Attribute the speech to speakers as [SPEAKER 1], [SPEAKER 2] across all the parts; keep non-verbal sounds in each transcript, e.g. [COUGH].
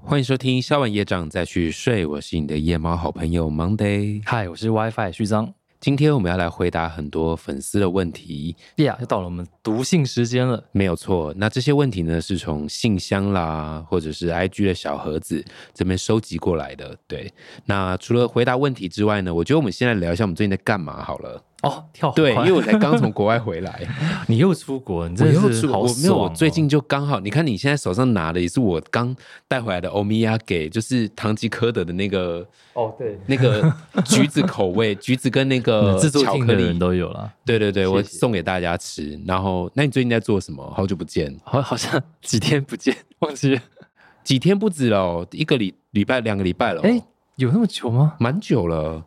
[SPEAKER 1] 欢迎收听《消完业障再去睡》，我是你的夜猫好朋友 Monday。
[SPEAKER 2] 嗨，我是 WiFi 旭章。
[SPEAKER 1] 今天我们要来回答很多粉丝的问题，
[SPEAKER 2] 呀，又到了我们读信时间了。
[SPEAKER 1] 没有错。那这些问题呢，是从信箱啦，或者是 IG 的小盒子这边收集过来的。对，那除了回答问题之外呢，我觉得我们现在聊一下我们最近在干嘛好了。
[SPEAKER 2] 哦，跳好
[SPEAKER 1] 对，因
[SPEAKER 2] 快
[SPEAKER 1] 为我才刚从国外回
[SPEAKER 2] [LAUGHS]
[SPEAKER 1] 来，
[SPEAKER 2] 你又出国，你
[SPEAKER 1] 我
[SPEAKER 2] 真
[SPEAKER 1] 又
[SPEAKER 2] 的
[SPEAKER 1] 出
[SPEAKER 2] 是好
[SPEAKER 1] 我没有，
[SPEAKER 2] 爽
[SPEAKER 1] 我
[SPEAKER 2] 哦
[SPEAKER 1] 最近就刚好，你看你现在手上拿的也是我刚带回来的欧米亚给，就是唐吉诃德的那个
[SPEAKER 2] 哦，对，
[SPEAKER 1] 那个橘子口 [LAUGHS] 味，橘子跟那个
[SPEAKER 2] 自助
[SPEAKER 1] 巧
[SPEAKER 2] 厅
[SPEAKER 1] 克
[SPEAKER 2] 的人
[SPEAKER 1] 力，
[SPEAKER 2] 都有了，
[SPEAKER 1] 对对对，我
[SPEAKER 2] 谢谢
[SPEAKER 1] 送给大家吃。然后，那你最近在做什么？好久不见，
[SPEAKER 2] 好，好像几天不见，忘
[SPEAKER 1] [LAUGHS]
[SPEAKER 2] 记了。
[SPEAKER 1] 几天不止了哦，一个礼礼拜、两个礼拜了哦，
[SPEAKER 2] 哎，有那么久吗？
[SPEAKER 1] 蛮久了。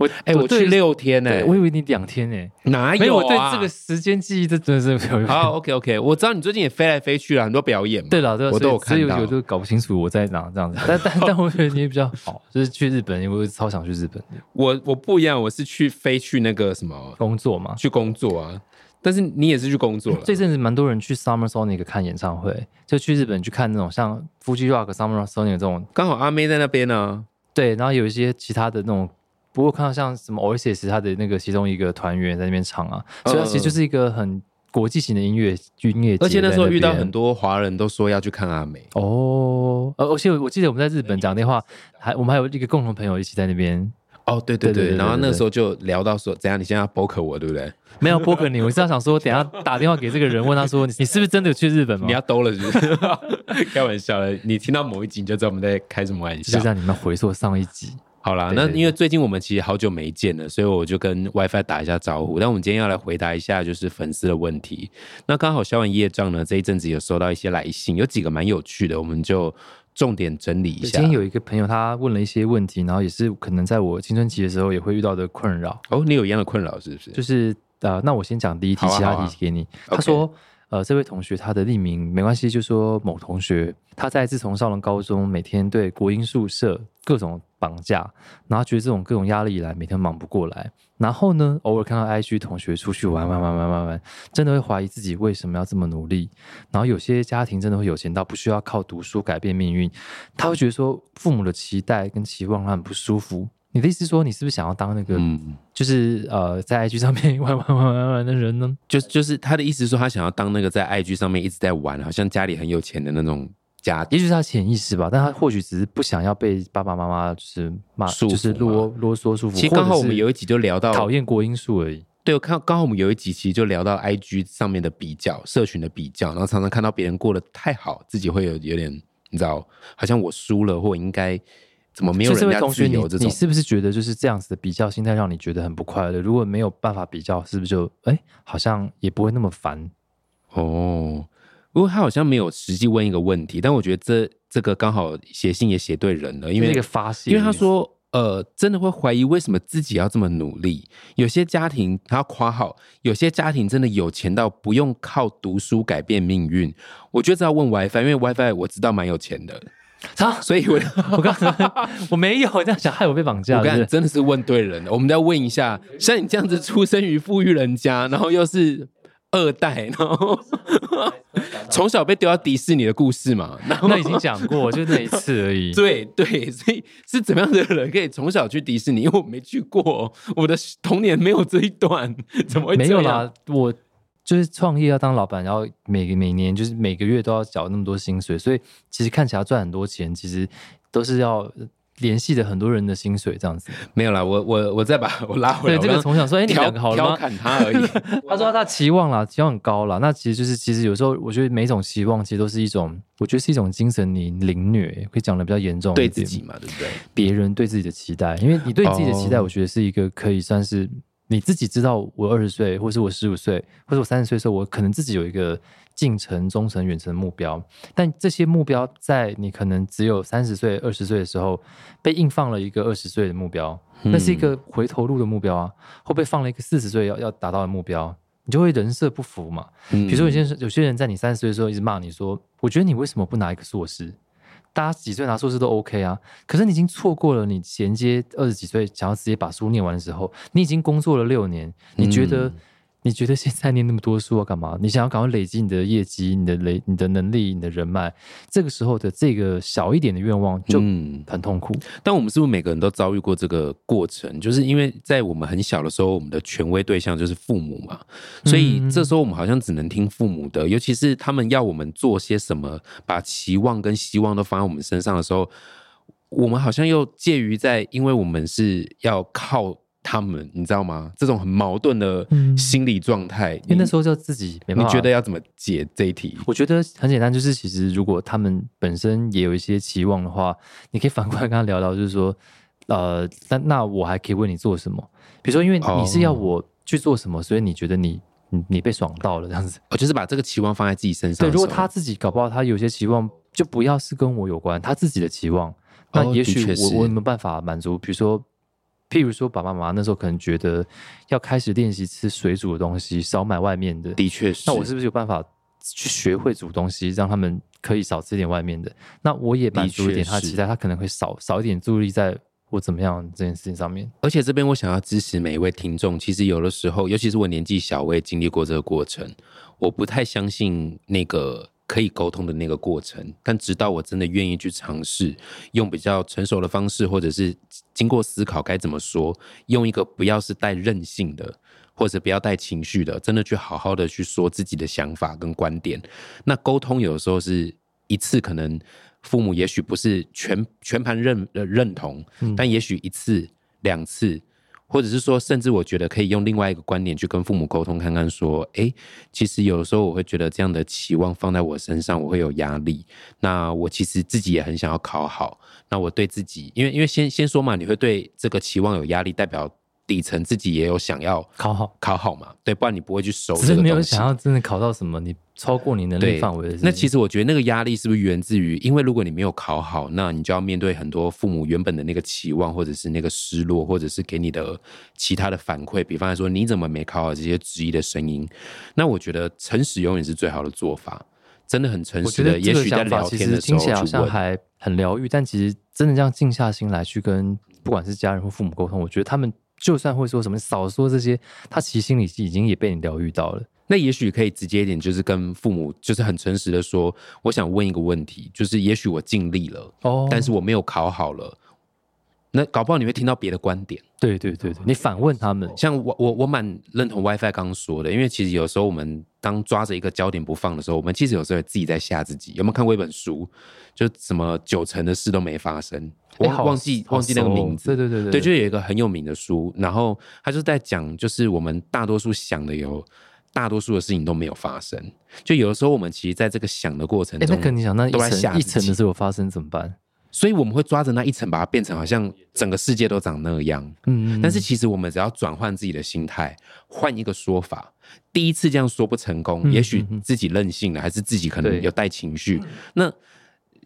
[SPEAKER 2] 我
[SPEAKER 1] 哎，我去，六天呢
[SPEAKER 2] 对，我以为你两天呢。
[SPEAKER 1] 哪
[SPEAKER 2] 没有，
[SPEAKER 1] 有
[SPEAKER 2] 我对
[SPEAKER 1] 啊
[SPEAKER 2] 这个时间记忆，这真的是
[SPEAKER 1] [LAUGHS]
[SPEAKER 2] 有。
[SPEAKER 1] 好 OK OK，我知道你最近也飞来飞去了，很多表演嘛。
[SPEAKER 2] 对了，对了，
[SPEAKER 1] 我都有
[SPEAKER 2] 所
[SPEAKER 1] 看
[SPEAKER 2] 以所以
[SPEAKER 1] 到
[SPEAKER 2] 我就搞不清楚我在哪这
[SPEAKER 1] [LAUGHS]
[SPEAKER 2] 样子。但但但我觉得你比较好，就是去日本，因为我超想去日本
[SPEAKER 1] 我我不一样，我是去飞去那个什么
[SPEAKER 2] 工作嘛。
[SPEAKER 1] 去工作啊，但是你也是去工作了。
[SPEAKER 2] 这阵子哎蛮多人去 Summer Sonic 看演唱会，就去日本去看那种像 Fuji Rock、Summer Sonic 这种，
[SPEAKER 1] 刚好阿妹在那边啊呢、
[SPEAKER 2] 对，然后有一些其他的那种。不过看到像什么 Oasis 他的那个其中一个团员在那边唱啊，所以它其实就是一个很国际型的音乐音乐节在边。
[SPEAKER 1] 嗯而且那时候遇到很多华人都说要去看阿妹。
[SPEAKER 2] 哦，呃，而且我记得我们在日本讲电话，还我们还有一个共同朋友一起在那边，
[SPEAKER 1] 哦，对对
[SPEAKER 2] 对
[SPEAKER 1] 对，
[SPEAKER 2] 对对
[SPEAKER 1] 然后
[SPEAKER 2] 对
[SPEAKER 1] 那
[SPEAKER 2] 对
[SPEAKER 1] 时候就聊到说，怎样？你现在要 b o k 我，对不对？
[SPEAKER 2] 没有波克你，我是要想说，等一下打电话给这个人，问他说你你是不是真的有去日本吗？
[SPEAKER 1] 你要兜了是不是？ [LAUGHS] 开玩笑的，你听到某一集你就知道我们在开什么玩
[SPEAKER 2] 就是
[SPEAKER 1] 笑。
[SPEAKER 2] 让你们回溯上一集。
[SPEAKER 1] 好啦，
[SPEAKER 2] 对
[SPEAKER 1] 那
[SPEAKER 2] 对对
[SPEAKER 1] 因为最近我们其实好久没见了，所以我就跟 WiFi 打一下招呼。但我们今天要来回答一下就是粉丝的问题。那刚好消完业障呢，这一阵子有收到一些来信，有几个蛮有趣的，我们就重点整理一
[SPEAKER 2] 对
[SPEAKER 1] 下
[SPEAKER 2] 今。天有一个朋友，他问了一些问题，然后也是可能在我青春期的时候也会遇到的困扰，
[SPEAKER 1] 哦，你有一样的困扰是不是？
[SPEAKER 2] 就是呃，那我先讲第一题，
[SPEAKER 1] 好啊
[SPEAKER 2] 其
[SPEAKER 1] 好
[SPEAKER 2] 他
[SPEAKER 1] 啊
[SPEAKER 2] 题给你。
[SPEAKER 1] OK
[SPEAKER 2] 他说，呃，这位同学他的匿名没关系，就说某同学他在自从上了高中，每天对国英宿舍各种绑架，然后觉得这种各种压力以来，每天忙不过来。然后呢，偶尔看到 IG 同学出去玩玩玩玩玩玩，真的会怀疑自己为什么要这么努力。然后有些家庭真的会有钱到不需要靠读书改变命运，他会觉得说父母的期待跟期望让他很不舒服。你的意思是说，你是不是想要当那个
[SPEAKER 1] 嗯，
[SPEAKER 2] 就是呃，在 IG 上面 [LAUGHS] 玩玩玩玩玩的人呢？
[SPEAKER 1] 就就是他的意思是说，他想要当那个在 IG 上面一直在玩，好像家里很有钱的那种家
[SPEAKER 2] 也许是他潜意识吧，但他或许只是不想要被爸爸妈妈就是骂，
[SPEAKER 1] 束缚
[SPEAKER 2] 就是啰啰嗦束缚。
[SPEAKER 1] 其实刚好我们有一
[SPEAKER 2] 一
[SPEAKER 1] 集就聊到，
[SPEAKER 2] 讨厌国音素而已。
[SPEAKER 1] 对，我看刚好我们有一集其实就聊到 I G 上面的比较，社群的比较，然后常常看到别人过得太好，自己会有有点你知道，好像我输了或应该怎么没有
[SPEAKER 2] 所以这
[SPEAKER 1] 人
[SPEAKER 2] 位
[SPEAKER 1] 家
[SPEAKER 2] 同学，
[SPEAKER 1] 自
[SPEAKER 2] 你
[SPEAKER 1] 由这
[SPEAKER 2] 你
[SPEAKER 1] 种。
[SPEAKER 2] 是不是觉得就是这样子的比较心态让你觉得很不快乐？如果没有办法比较，是不是就哎、好像也不会那么烦？
[SPEAKER 1] 哦，不过他好像没有实际问一个问题，但我觉得这这个刚好写信也写对人了，因为
[SPEAKER 2] 这是一个发泄，
[SPEAKER 1] 因为他
[SPEAKER 2] [LAUGHS]
[SPEAKER 1] 说，呃，真的会怀疑为什么自己要这么努力。有些家庭他要夸好，有些家庭真的有钱到不用靠读书改变命运。我觉得这要问 WiFi，因为 WiFi 我知道蛮有钱的，
[SPEAKER 2] 啊，
[SPEAKER 1] 所以我
[SPEAKER 2] 我刚才 [LAUGHS] 我没有这样想，害我被绑架，
[SPEAKER 1] 我
[SPEAKER 2] 对不
[SPEAKER 1] 感
[SPEAKER 2] 对
[SPEAKER 1] 觉真的是问对人了。我们再问一下，像你这样子出生于富裕人家，然后又是。二代，然后 [LAUGHS] 从小被丢到迪士尼的故事嘛，然 [LAUGHS] 后
[SPEAKER 2] 那已经讲过，就那一次
[SPEAKER 1] [LAUGHS]
[SPEAKER 2] 而已。
[SPEAKER 1] 对对，所以是怎么样的人可以从小去迪士尼？因为我没去过，哦我的童年没有这一段，怎么会这
[SPEAKER 2] 没有
[SPEAKER 1] 样？
[SPEAKER 2] 啦，我就是创业要当老板，然后每每年就是每个月都要缴那么多薪水，所以其实看起来赚很多钱，其实都是要呃联系着很多人的薪水这样子。
[SPEAKER 1] 没有啦，我我我再把我拉回来。
[SPEAKER 2] 对，这个
[SPEAKER 1] 我刚
[SPEAKER 2] 从小说，哎、你
[SPEAKER 1] 调
[SPEAKER 2] 两个好了
[SPEAKER 1] 调
[SPEAKER 2] 吗？
[SPEAKER 1] 侃他 [LAUGHS] 而已。
[SPEAKER 2] 他说他期望啦，期望很高啦。那其实就是，其实有时候我觉得每种期望其实都是一种，我觉得是一种精神凌凌虐，可以讲的比较严重一
[SPEAKER 1] 对
[SPEAKER 2] 点，
[SPEAKER 1] 自己嘛，对不对？
[SPEAKER 2] 别人对自己的期待，因为你对你自己的期待，
[SPEAKER 1] 哦
[SPEAKER 2] 我觉得是一个可以算是你自己知道，我二十岁，或是我十五岁，或者我三十岁的时候，我可能自己有一个近程、中程、远程目标，但这些目标在你可能只有三十岁、二十岁的时候被硬放了一个二十岁的目标，那是一个回头路的目标啊，会被放了一个四十岁要要达到的目标，你就会人设不符嘛。
[SPEAKER 1] 比
[SPEAKER 2] 比如说有些人有些人在你三十岁的时候一直骂你说，我觉得你为什么不拿一个硕士？大家几岁拿硕士都 OK 啊，可是你已经错过了你
[SPEAKER 1] 嗯
[SPEAKER 2] 衔接二十几岁想要直接把书念完的时候，你已经工作了六年，你觉得你觉得现在念那么多书要干嘛？你想要赶快累积你的业绩、你的累、你的能力、你的人脉，这个时候的这个小一点的愿望就
[SPEAKER 1] 嗯，
[SPEAKER 2] 很痛苦。
[SPEAKER 1] 但我们是不是每个人都遭遇过这个过程？就是因为在我们很小的时候，我们的权威对象就是父母嘛，所以
[SPEAKER 2] 嗯
[SPEAKER 1] 这时候我们好像只能听父母的，尤其是他们要我们做些什么，把期望跟希望都放在我们身上的时候，我们好像又介于在，因为我们是要靠他们，你知道吗？这种很矛盾的
[SPEAKER 2] 嗯
[SPEAKER 1] 心理状态。
[SPEAKER 2] 因为那时
[SPEAKER 1] 候
[SPEAKER 2] 候叫自己没
[SPEAKER 1] 你
[SPEAKER 2] 办法。
[SPEAKER 1] 觉得要怎么解这一题？
[SPEAKER 2] 我觉得很简单，就是其实如果他们本身也有一些期望的话，你可以反过来跟他聊聊，就是说，呃，那那我还可以为你做什么？比如说，因为你
[SPEAKER 1] 哦
[SPEAKER 2] 是要我去做什么，所以你觉得你你你被爽到了这样子。
[SPEAKER 1] 我哦就是把这个期望放在自己身上
[SPEAKER 2] 对，
[SPEAKER 1] 的时
[SPEAKER 2] 如
[SPEAKER 1] 候。
[SPEAKER 2] 果他自己搞不好，他有些期望就不要是跟我有关，他自己的期望，那
[SPEAKER 1] 哦
[SPEAKER 2] 也
[SPEAKER 1] 的
[SPEAKER 2] 许
[SPEAKER 1] 确
[SPEAKER 2] 我
[SPEAKER 1] 是
[SPEAKER 2] 我有没有办法满足？比如说，譬如说，爸爸妈妈那时候可能觉得要开始练习吃水煮的东西，少买外面的。
[SPEAKER 1] 的确是，
[SPEAKER 2] 那我是不是有办法去学会煮东西，让他们可以少吃点外面的？那我也满足一
[SPEAKER 1] 的
[SPEAKER 2] 点
[SPEAKER 1] 确
[SPEAKER 2] 他的期待，他可能会少少一点注意力在我怎么样这件事情上面。
[SPEAKER 1] 而且这边我想要支持每一位听众，其实有的时候，尤其是我年纪小，我也经历过这个过程。我不太相信那个可以沟通的那个过程，但直到我真的愿意去尝试，用比较成熟的方式，或者是经过思考该怎么说，用一个不要是带任性的，或者不要带情绪的，真的去好好的去说自己的想法跟观点。那沟通有的时候是一次可能。父母也许不是全全盘认呃认同，
[SPEAKER 2] 嗯
[SPEAKER 1] 但也许一次两次，或者是说，甚至我觉得可以用另外一个观点去跟父母沟通，看看说，诶，其实有的时候我会觉得这样的期望放在我身上，我会有压力。那我其实自己也很想要考好，那我对自己，因为因为先先说嘛，你会对这个期望有压力，代表底层自己也有想要
[SPEAKER 2] 考好，
[SPEAKER 1] 考好嘛，对，不然你不会去守
[SPEAKER 2] 只
[SPEAKER 1] 这
[SPEAKER 2] 是
[SPEAKER 1] 个
[SPEAKER 2] 没有
[SPEAKER 1] 东西
[SPEAKER 2] 想。要真的考到什么，你超过你能力
[SPEAKER 1] 对
[SPEAKER 2] 范围的事情。
[SPEAKER 1] 那其实我觉得那个压力是不是源自于，因为如果你没有考好，那你就要面对很多父母原本的那个期望，或者是那个失落，或者是给你的其他的反馈，比方来说你怎么没考好这些质疑的声音。那我觉得诚实永远是最好的做法，真的很诚
[SPEAKER 2] 我
[SPEAKER 1] 实
[SPEAKER 2] 觉
[SPEAKER 1] 的。
[SPEAKER 2] 得这
[SPEAKER 1] 也
[SPEAKER 2] 个
[SPEAKER 1] 许在
[SPEAKER 2] 想法
[SPEAKER 1] 聊
[SPEAKER 2] 其
[SPEAKER 1] 天
[SPEAKER 2] 实
[SPEAKER 1] 的时
[SPEAKER 2] 听
[SPEAKER 1] 候
[SPEAKER 2] 起来好
[SPEAKER 1] 去
[SPEAKER 2] 像
[SPEAKER 1] 问，
[SPEAKER 2] 还很疗愈，但其实真的这样静下心来去跟不管是家人或父母沟通，我觉得他们就算会说什么少说这些，他其实心里已经也被你疗愈到了。
[SPEAKER 1] 那也许可以直接一点，就是跟父母就是很诚实的说，我想问一个问题，就是也许我尽力了，
[SPEAKER 2] 哦
[SPEAKER 1] 但是我没有考好了。那搞不好你会听到别的观点。
[SPEAKER 2] 对对对对，你反问他们，
[SPEAKER 1] 像我我我蛮认同 WiFi 刚说的，因为其实有时候我们当抓着一个焦点不放的时候，我们其实有时候也自己在吓自己。有没有看过一本书，就什么九成的事都没发生？我
[SPEAKER 2] 哎好
[SPEAKER 1] 忘忘记
[SPEAKER 2] 好
[SPEAKER 1] 忘记那个
[SPEAKER 2] 熟哦
[SPEAKER 1] 名字，
[SPEAKER 2] 对对对
[SPEAKER 1] 对，就有一个很有名的书，然后他就在讲，就是我们大多数想的有大多数的事情都没有发生。就有的时候我们其实在这个想的过程
[SPEAKER 2] 哎，
[SPEAKER 1] 中，
[SPEAKER 2] 那跟你想那一
[SPEAKER 1] 都在吓
[SPEAKER 2] 层
[SPEAKER 1] 自
[SPEAKER 2] 一
[SPEAKER 1] 己
[SPEAKER 2] 层的时候发生怎么办？
[SPEAKER 1] 所以我们会抓着那一层，把它变成好像整个世界都长那样。
[SPEAKER 2] 嗯，
[SPEAKER 1] 但是其实我们只要转换自己的心态，换一个说法，第一次这样说不成功，
[SPEAKER 2] 嗯
[SPEAKER 1] 也许
[SPEAKER 2] 嗯嗯
[SPEAKER 1] 自己任性了，还是自己可能
[SPEAKER 2] 对
[SPEAKER 1] 有带情绪。那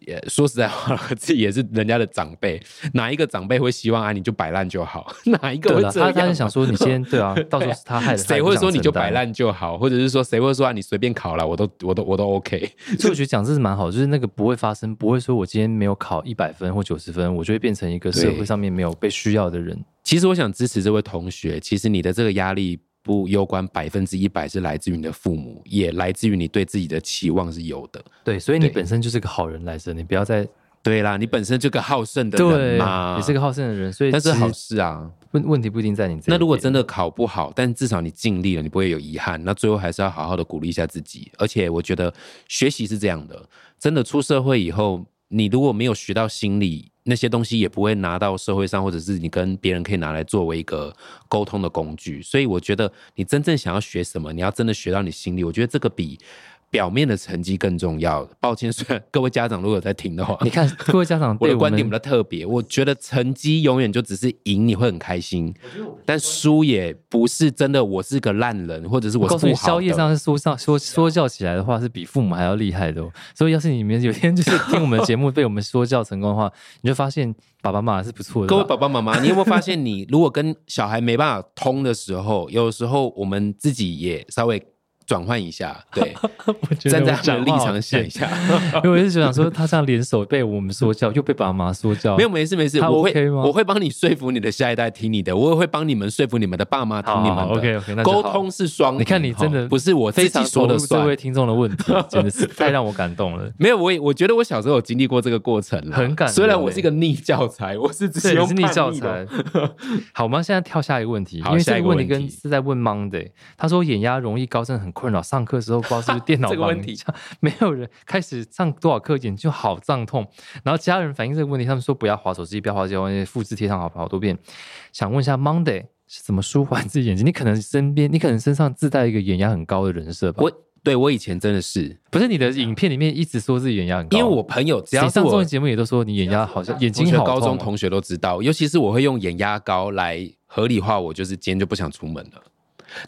[SPEAKER 1] 也说实在话， [LAUGHS] 自己也是人家的长辈，哪一个长辈会希望啊你就摆烂就好？ [LAUGHS] 哪一个
[SPEAKER 2] 对
[SPEAKER 1] 会
[SPEAKER 2] 了，
[SPEAKER 1] 这样
[SPEAKER 2] 他？他是想说你先对
[SPEAKER 1] [LAUGHS]
[SPEAKER 2] 啊，到时候是他害的，他
[SPEAKER 1] 谁
[SPEAKER 2] 也不
[SPEAKER 1] 会
[SPEAKER 2] 想
[SPEAKER 1] 说你就
[SPEAKER 2] 承担
[SPEAKER 1] 摆？烂就好，或者是说谁会说啊你随便考了，我都我都我都 OK。
[SPEAKER 2] 所以我觉得讲这是蛮好，就是那个不会发生，不会说我今天没有考一百分或九十分，我就会变成一个社
[SPEAKER 1] 对
[SPEAKER 2] 会上面没有被需要的人。
[SPEAKER 1] 其实我想支持这位同学，其实你的这个压力不攸关百分之一百是来自于你的父母，也来自于你对自己的期望是有的。
[SPEAKER 2] 对，所以你
[SPEAKER 1] 对
[SPEAKER 2] 本身就是个好人来着，你不要再
[SPEAKER 1] 对啦，你本身就个好胜的人嘛，
[SPEAKER 2] 你是个好胜的人，所以
[SPEAKER 1] 但是
[SPEAKER 2] 其实
[SPEAKER 1] 好事啊。
[SPEAKER 2] 问问题不一定在你这一边。
[SPEAKER 1] 那如果真
[SPEAKER 2] 的
[SPEAKER 1] 的考不好，但至少你尽力了，你不会有遗憾。那最后还是要好好的鼓励一下自己。而且我觉得学习是这样的，真的出社会以后，你如果没有学到心理那些东西，也不会拿到社会上，或者是你跟别人可以拿来作为一个沟通的工具。所以我觉得你真正想要学什么，你要真的学到你心里，我觉得这个比。表面的成绩更重要。抱歉，虽然各位家长如果有在听的话，
[SPEAKER 2] 你看各位家长
[SPEAKER 1] 我
[SPEAKER 2] 对
[SPEAKER 1] 的观点比
[SPEAKER 2] 们
[SPEAKER 1] 较特别，我觉得成绩永远就只是赢，你会很开心，但输也不是真的。我是个烂人，或者是
[SPEAKER 2] 我告
[SPEAKER 1] 是
[SPEAKER 2] 诉你，
[SPEAKER 1] 不好
[SPEAKER 2] 宵夜
[SPEAKER 1] 的。
[SPEAKER 2] 上是说上说说教起来的话，是比父母还要厉害的、哦。所以，要是你们有一天就是听我们的 [LAUGHS] 节目被我们说教成功的话，你就发现爸爸妈妈是不错的。
[SPEAKER 1] 各位爸，爸妈妈，你有没有发现，
[SPEAKER 2] [LAUGHS]
[SPEAKER 1] 你如果跟小孩没办法通的时候，有时候我们自己也稍微转换一下，
[SPEAKER 2] [LAUGHS]
[SPEAKER 1] 对，
[SPEAKER 2] 我觉得
[SPEAKER 1] 站在他们
[SPEAKER 2] 我
[SPEAKER 1] 的
[SPEAKER 2] 讲
[SPEAKER 1] 立
[SPEAKER 2] 话好
[SPEAKER 1] 场想一
[SPEAKER 2] 贱，
[SPEAKER 1] 下。
[SPEAKER 2] 因为我就想说，他这样联手被我们说教，又被爸妈说
[SPEAKER 1] [LAUGHS]
[SPEAKER 2] 教，
[SPEAKER 1] 没有，没事没事，
[SPEAKER 2] 他
[SPEAKER 1] 我
[SPEAKER 2] OK
[SPEAKER 1] 会
[SPEAKER 2] 吗
[SPEAKER 1] 我会帮你说服你的下一代听你的，我也会帮你们说服你们的爸妈听
[SPEAKER 2] 好
[SPEAKER 1] 你
[SPEAKER 2] 好
[SPEAKER 1] 们
[SPEAKER 2] 好
[SPEAKER 1] 的。
[SPEAKER 2] ，OK OK，那就好
[SPEAKER 1] 沟通是双赢，
[SPEAKER 2] 你看你真的
[SPEAKER 1] 哈不是我自
[SPEAKER 2] 非常
[SPEAKER 1] 己说的
[SPEAKER 2] 投入这
[SPEAKER 1] 算
[SPEAKER 2] 位。听众的问 [LAUGHS] 题，简直是太让我感动了。
[SPEAKER 1] 没有，我也我觉得我小时候有经历过这个过程啦
[SPEAKER 2] 很感人
[SPEAKER 1] 虽然
[SPEAKER 2] 欸
[SPEAKER 1] 我是一个逆教材，我是只
[SPEAKER 2] 对，
[SPEAKER 1] 用
[SPEAKER 2] 你是逆
[SPEAKER 1] 叛
[SPEAKER 2] 教
[SPEAKER 1] 的
[SPEAKER 2] 材。 [LAUGHS] 好，我们现在跳下一个问题，因
[SPEAKER 1] 好
[SPEAKER 2] 为
[SPEAKER 1] 下
[SPEAKER 2] 这
[SPEAKER 1] 一个
[SPEAKER 2] 个问题
[SPEAKER 1] 问
[SPEAKER 2] 跟
[SPEAKER 1] 题
[SPEAKER 2] 是在问 Monday，他说眼压容易高真的很困扰，上课的时候不知道是不是电脑
[SPEAKER 1] 这个
[SPEAKER 2] 忙
[SPEAKER 1] 问题，
[SPEAKER 2] 没有人开始上多少课眼就好胀痛，然后家人反映这个问题，他们说不要划手机，不要划手机，复制贴上好好多遍。想问一下 Monday 是怎么舒缓自己眼睛？你可能身边，你可能身上自带一个眼压很高的人设吧？
[SPEAKER 1] 我对我以前真的是，
[SPEAKER 2] 不是你的影片里面一直说自己眼压很高，
[SPEAKER 1] 因为我朋友只
[SPEAKER 2] 只
[SPEAKER 1] 要
[SPEAKER 2] 要
[SPEAKER 1] 是
[SPEAKER 2] 哦上综
[SPEAKER 1] 我
[SPEAKER 2] 艺节目也都说你眼压好像眼
[SPEAKER 1] 同
[SPEAKER 2] 睛
[SPEAKER 1] 学、
[SPEAKER 2] 好
[SPEAKER 1] 高中
[SPEAKER 2] 痛哦
[SPEAKER 1] 同学都知道，尤其是我会用眼压高来合理化，我就是今天就不想出门了。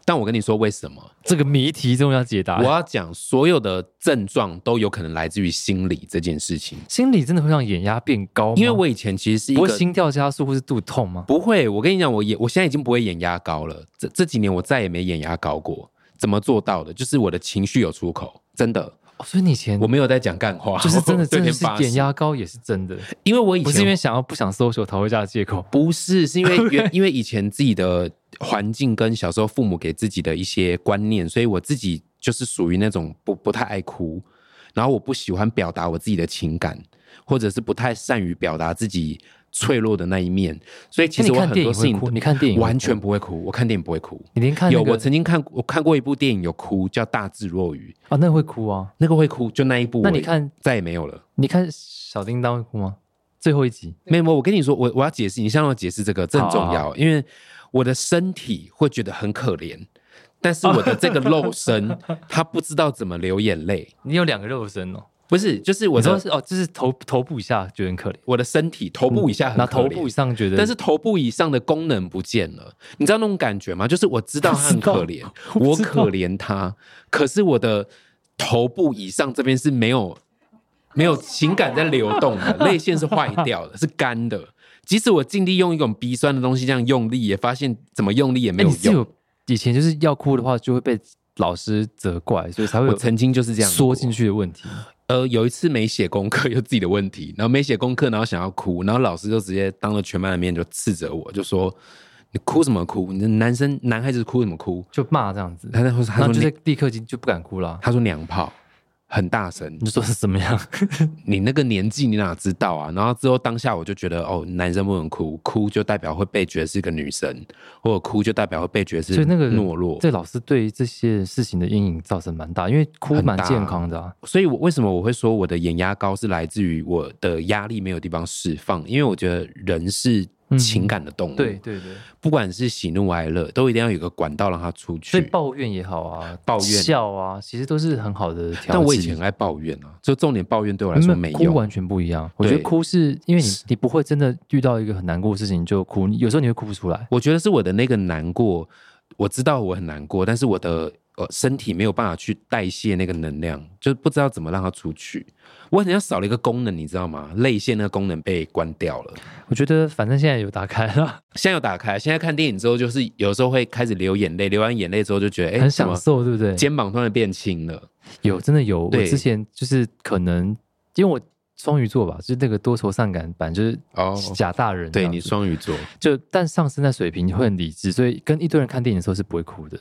[SPEAKER 1] 但我跟你说为什么？
[SPEAKER 2] 这个谜题终于要解答
[SPEAKER 1] 我。要讲所有的症状都有可能来自于心理这件事情，
[SPEAKER 2] 心里真的会让眼压变高哦吗？
[SPEAKER 1] 因为我以前其实是一
[SPEAKER 2] 不会
[SPEAKER 1] 个
[SPEAKER 2] 心跳加速或是肚痛吗？
[SPEAKER 1] 不会，我跟你讲，我也我现在已经不会眼压高了。这这几年我再也没眼压高过，怎么做到的？就是我的情绪有出口，真的，
[SPEAKER 2] 哦所以你以前
[SPEAKER 1] 我没有在讲干话，
[SPEAKER 2] 就是
[SPEAKER 1] [LAUGHS]
[SPEAKER 2] 真的
[SPEAKER 1] 对
[SPEAKER 2] 真的
[SPEAKER 1] 天
[SPEAKER 2] 是
[SPEAKER 1] 发誓
[SPEAKER 2] 眼，压高也是真的，
[SPEAKER 1] 因为我以
[SPEAKER 2] 不是因
[SPEAKER 1] 前
[SPEAKER 2] 为想要不想搜索逃回家的借口。
[SPEAKER 1] 不是是因
[SPEAKER 2] [LAUGHS]
[SPEAKER 1] 为原因为以前自己的环境跟小时候父母给自己的一些观念，所以我自己就是属于那种不不太爱哭，然后我不喜欢表达我自己的情感，或者是不太善于表达自己脆弱的那一面，所以其
[SPEAKER 2] 那
[SPEAKER 1] 实
[SPEAKER 2] 你
[SPEAKER 1] 我
[SPEAKER 2] 看
[SPEAKER 1] 很
[SPEAKER 2] 电
[SPEAKER 1] 多
[SPEAKER 2] 影
[SPEAKER 1] 事
[SPEAKER 2] 会
[SPEAKER 1] 情
[SPEAKER 2] 哭，你看电影会哭
[SPEAKER 1] 完全，不会哭，我看电影不会哭。
[SPEAKER 2] 你连啊看那
[SPEAKER 1] 有，
[SPEAKER 2] 个
[SPEAKER 1] 我曾经看过，我看过一部电影有哭，叫《大智若愚》，
[SPEAKER 2] 啊，那会哭啊。
[SPEAKER 1] 那个会哭，就那一部。
[SPEAKER 2] 那你，看
[SPEAKER 1] 再也没有了。
[SPEAKER 2] 你看小叮当会哭吗？最后一集
[SPEAKER 1] 没有，我跟你说，我我要解释，你先让我解释这个，这很重
[SPEAKER 2] 好
[SPEAKER 1] 要，因为我的身体会觉得很可怜，但是我的这个肉
[SPEAKER 2] [LAUGHS]
[SPEAKER 1] 身，他不知道怎么流眼泪，
[SPEAKER 2] 你有两个肉身哦，
[SPEAKER 1] 不是，就是我
[SPEAKER 2] 我说
[SPEAKER 1] 的
[SPEAKER 2] 是哦，就是头头部以下觉得很可怜，
[SPEAKER 1] 我的身体头部以下
[SPEAKER 2] 那
[SPEAKER 1] 很可
[SPEAKER 2] 头部以
[SPEAKER 1] 怜。
[SPEAKER 2] 上觉得，
[SPEAKER 1] 但是头部以上的功能不见了，你知道那种感觉吗？就是我知道他很可怜，
[SPEAKER 2] [LAUGHS] 我不
[SPEAKER 1] 我
[SPEAKER 2] 知道
[SPEAKER 1] 可怜他，可是我的头部以上这边是没有没有情感在流动
[SPEAKER 2] [LAUGHS]
[SPEAKER 1] 的，泪腺是坏掉的，是干的。即使我尽力用一种鼻酸的东西这样用力，也发现怎么用力也没
[SPEAKER 2] 哎
[SPEAKER 1] 有
[SPEAKER 2] 你是
[SPEAKER 1] 用。
[SPEAKER 2] 有以前就是要哭的话就会被老师责怪，所以才会
[SPEAKER 1] 我
[SPEAKER 2] 有
[SPEAKER 1] 曾经就是这样
[SPEAKER 2] 缩
[SPEAKER 1] 过
[SPEAKER 2] 进。去的问题。
[SPEAKER 1] 呃，有一次没写功课， [LAUGHS] 有自己的问题，然后没写功课，然后想要哭，然后老师就直接当着全班的面就斥责我，就说：“你哭什么哭？你这男生男孩子哭什么哭？”
[SPEAKER 2] 就骂这样子，
[SPEAKER 1] 他在后他
[SPEAKER 2] 然后
[SPEAKER 1] 说
[SPEAKER 2] 就
[SPEAKER 1] 你
[SPEAKER 2] 是立刻就就不敢哭了啊、
[SPEAKER 1] 他说娘炮，很大声
[SPEAKER 2] 你。就说是怎
[SPEAKER 1] [LAUGHS]
[SPEAKER 2] 么样？
[SPEAKER 1] 你那个年纪你哪知道啊？然后之后当下我就觉得哦，男生不能哭，哭就代表会被觉得是个女生，或者哭就代表会被觉得
[SPEAKER 2] 所
[SPEAKER 1] 是
[SPEAKER 2] 以那个
[SPEAKER 1] 懦弱。
[SPEAKER 2] 这老师对这些事情的阴影造成蛮大，因为哭蛮健康的啊。
[SPEAKER 1] 所以我为什么我会说我的眼压高是来自于我的压力没有地方释放？因为我觉得人是情感的动物，
[SPEAKER 2] 嗯对，对对，
[SPEAKER 1] 不管嗯是喜怒哀乐，都一定要有个管道让它出
[SPEAKER 2] 所以
[SPEAKER 1] 去。
[SPEAKER 2] 抱怨也好啊，
[SPEAKER 1] 抱怨
[SPEAKER 2] 笑啊，其实都是很好的调剂。
[SPEAKER 1] 但我以前很爱抱怨啊，就重点抱怨对我来说没
[SPEAKER 2] 嗯
[SPEAKER 1] 啊
[SPEAKER 2] 哭
[SPEAKER 1] 用。
[SPEAKER 2] 完全不一样。我觉得
[SPEAKER 1] 对
[SPEAKER 2] 哭是因为你你不会真的遇到一个很难过的事情你就哭，你有时候你会哭不出来。
[SPEAKER 1] 我觉得是我的那个难过，我知道我很难过，但是我的呃身体没有办法去代谢那个能量，就是不知道怎么让它出去。我好像少了一个功能，你知道吗？泪腺那个功能被关掉了。
[SPEAKER 2] 我觉得反正现在有打开了，
[SPEAKER 1] 现在有打开，现在看电影之后，就是有时候会开始流眼泪，流完眼泪之后就觉得，哎、
[SPEAKER 2] 很
[SPEAKER 1] 怎
[SPEAKER 2] 享
[SPEAKER 1] 么
[SPEAKER 2] 受，欸对不对？
[SPEAKER 1] 肩膀突然变轻了。
[SPEAKER 2] 有，真的有。我
[SPEAKER 1] 对
[SPEAKER 2] 之前就是可能因为我双鱼座吧，就是那个多愁善感版，就是
[SPEAKER 1] 哦
[SPEAKER 2] 假大人这
[SPEAKER 1] 对
[SPEAKER 2] 样子、
[SPEAKER 1] 你双鱼座，
[SPEAKER 2] 就但上升在水平会很理智，所以跟一堆人看电影的时候是不会哭的。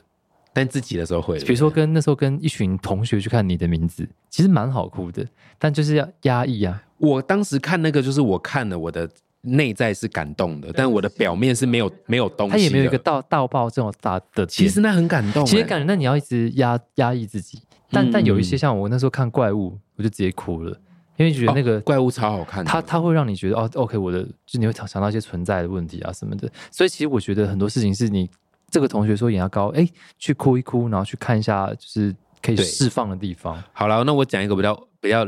[SPEAKER 1] 但自己的时候会，
[SPEAKER 2] 比如说跟那时候跟一群同学去看你的名字，其实蛮好哭的，但就是要压抑啊。
[SPEAKER 1] 我当时看那个，就是我看了，我的内在是感动的，但我的表面是没有没有东西
[SPEAKER 2] 他
[SPEAKER 1] 的。
[SPEAKER 2] 也没有一个到到爆这种大的点，
[SPEAKER 1] 其实那很感动、
[SPEAKER 2] 其实
[SPEAKER 1] 哎
[SPEAKER 2] 感觉那你要一直压压抑自己，但、但有一些
[SPEAKER 1] 嗯
[SPEAKER 2] 像我那时候看怪物，我就直接哭了，因为觉得那个、
[SPEAKER 1] 哦怪物超好看的，
[SPEAKER 2] 它它会让你觉得哦，OK，我的就你会想想到一些存在的问题啊什么的。所以其实我觉得很多事情是你这个同学说眼压高，哎，去哭一哭，然后去看一下，就是可以
[SPEAKER 1] 对
[SPEAKER 2] 释放的地方。
[SPEAKER 1] 好了，那我讲一个比较比较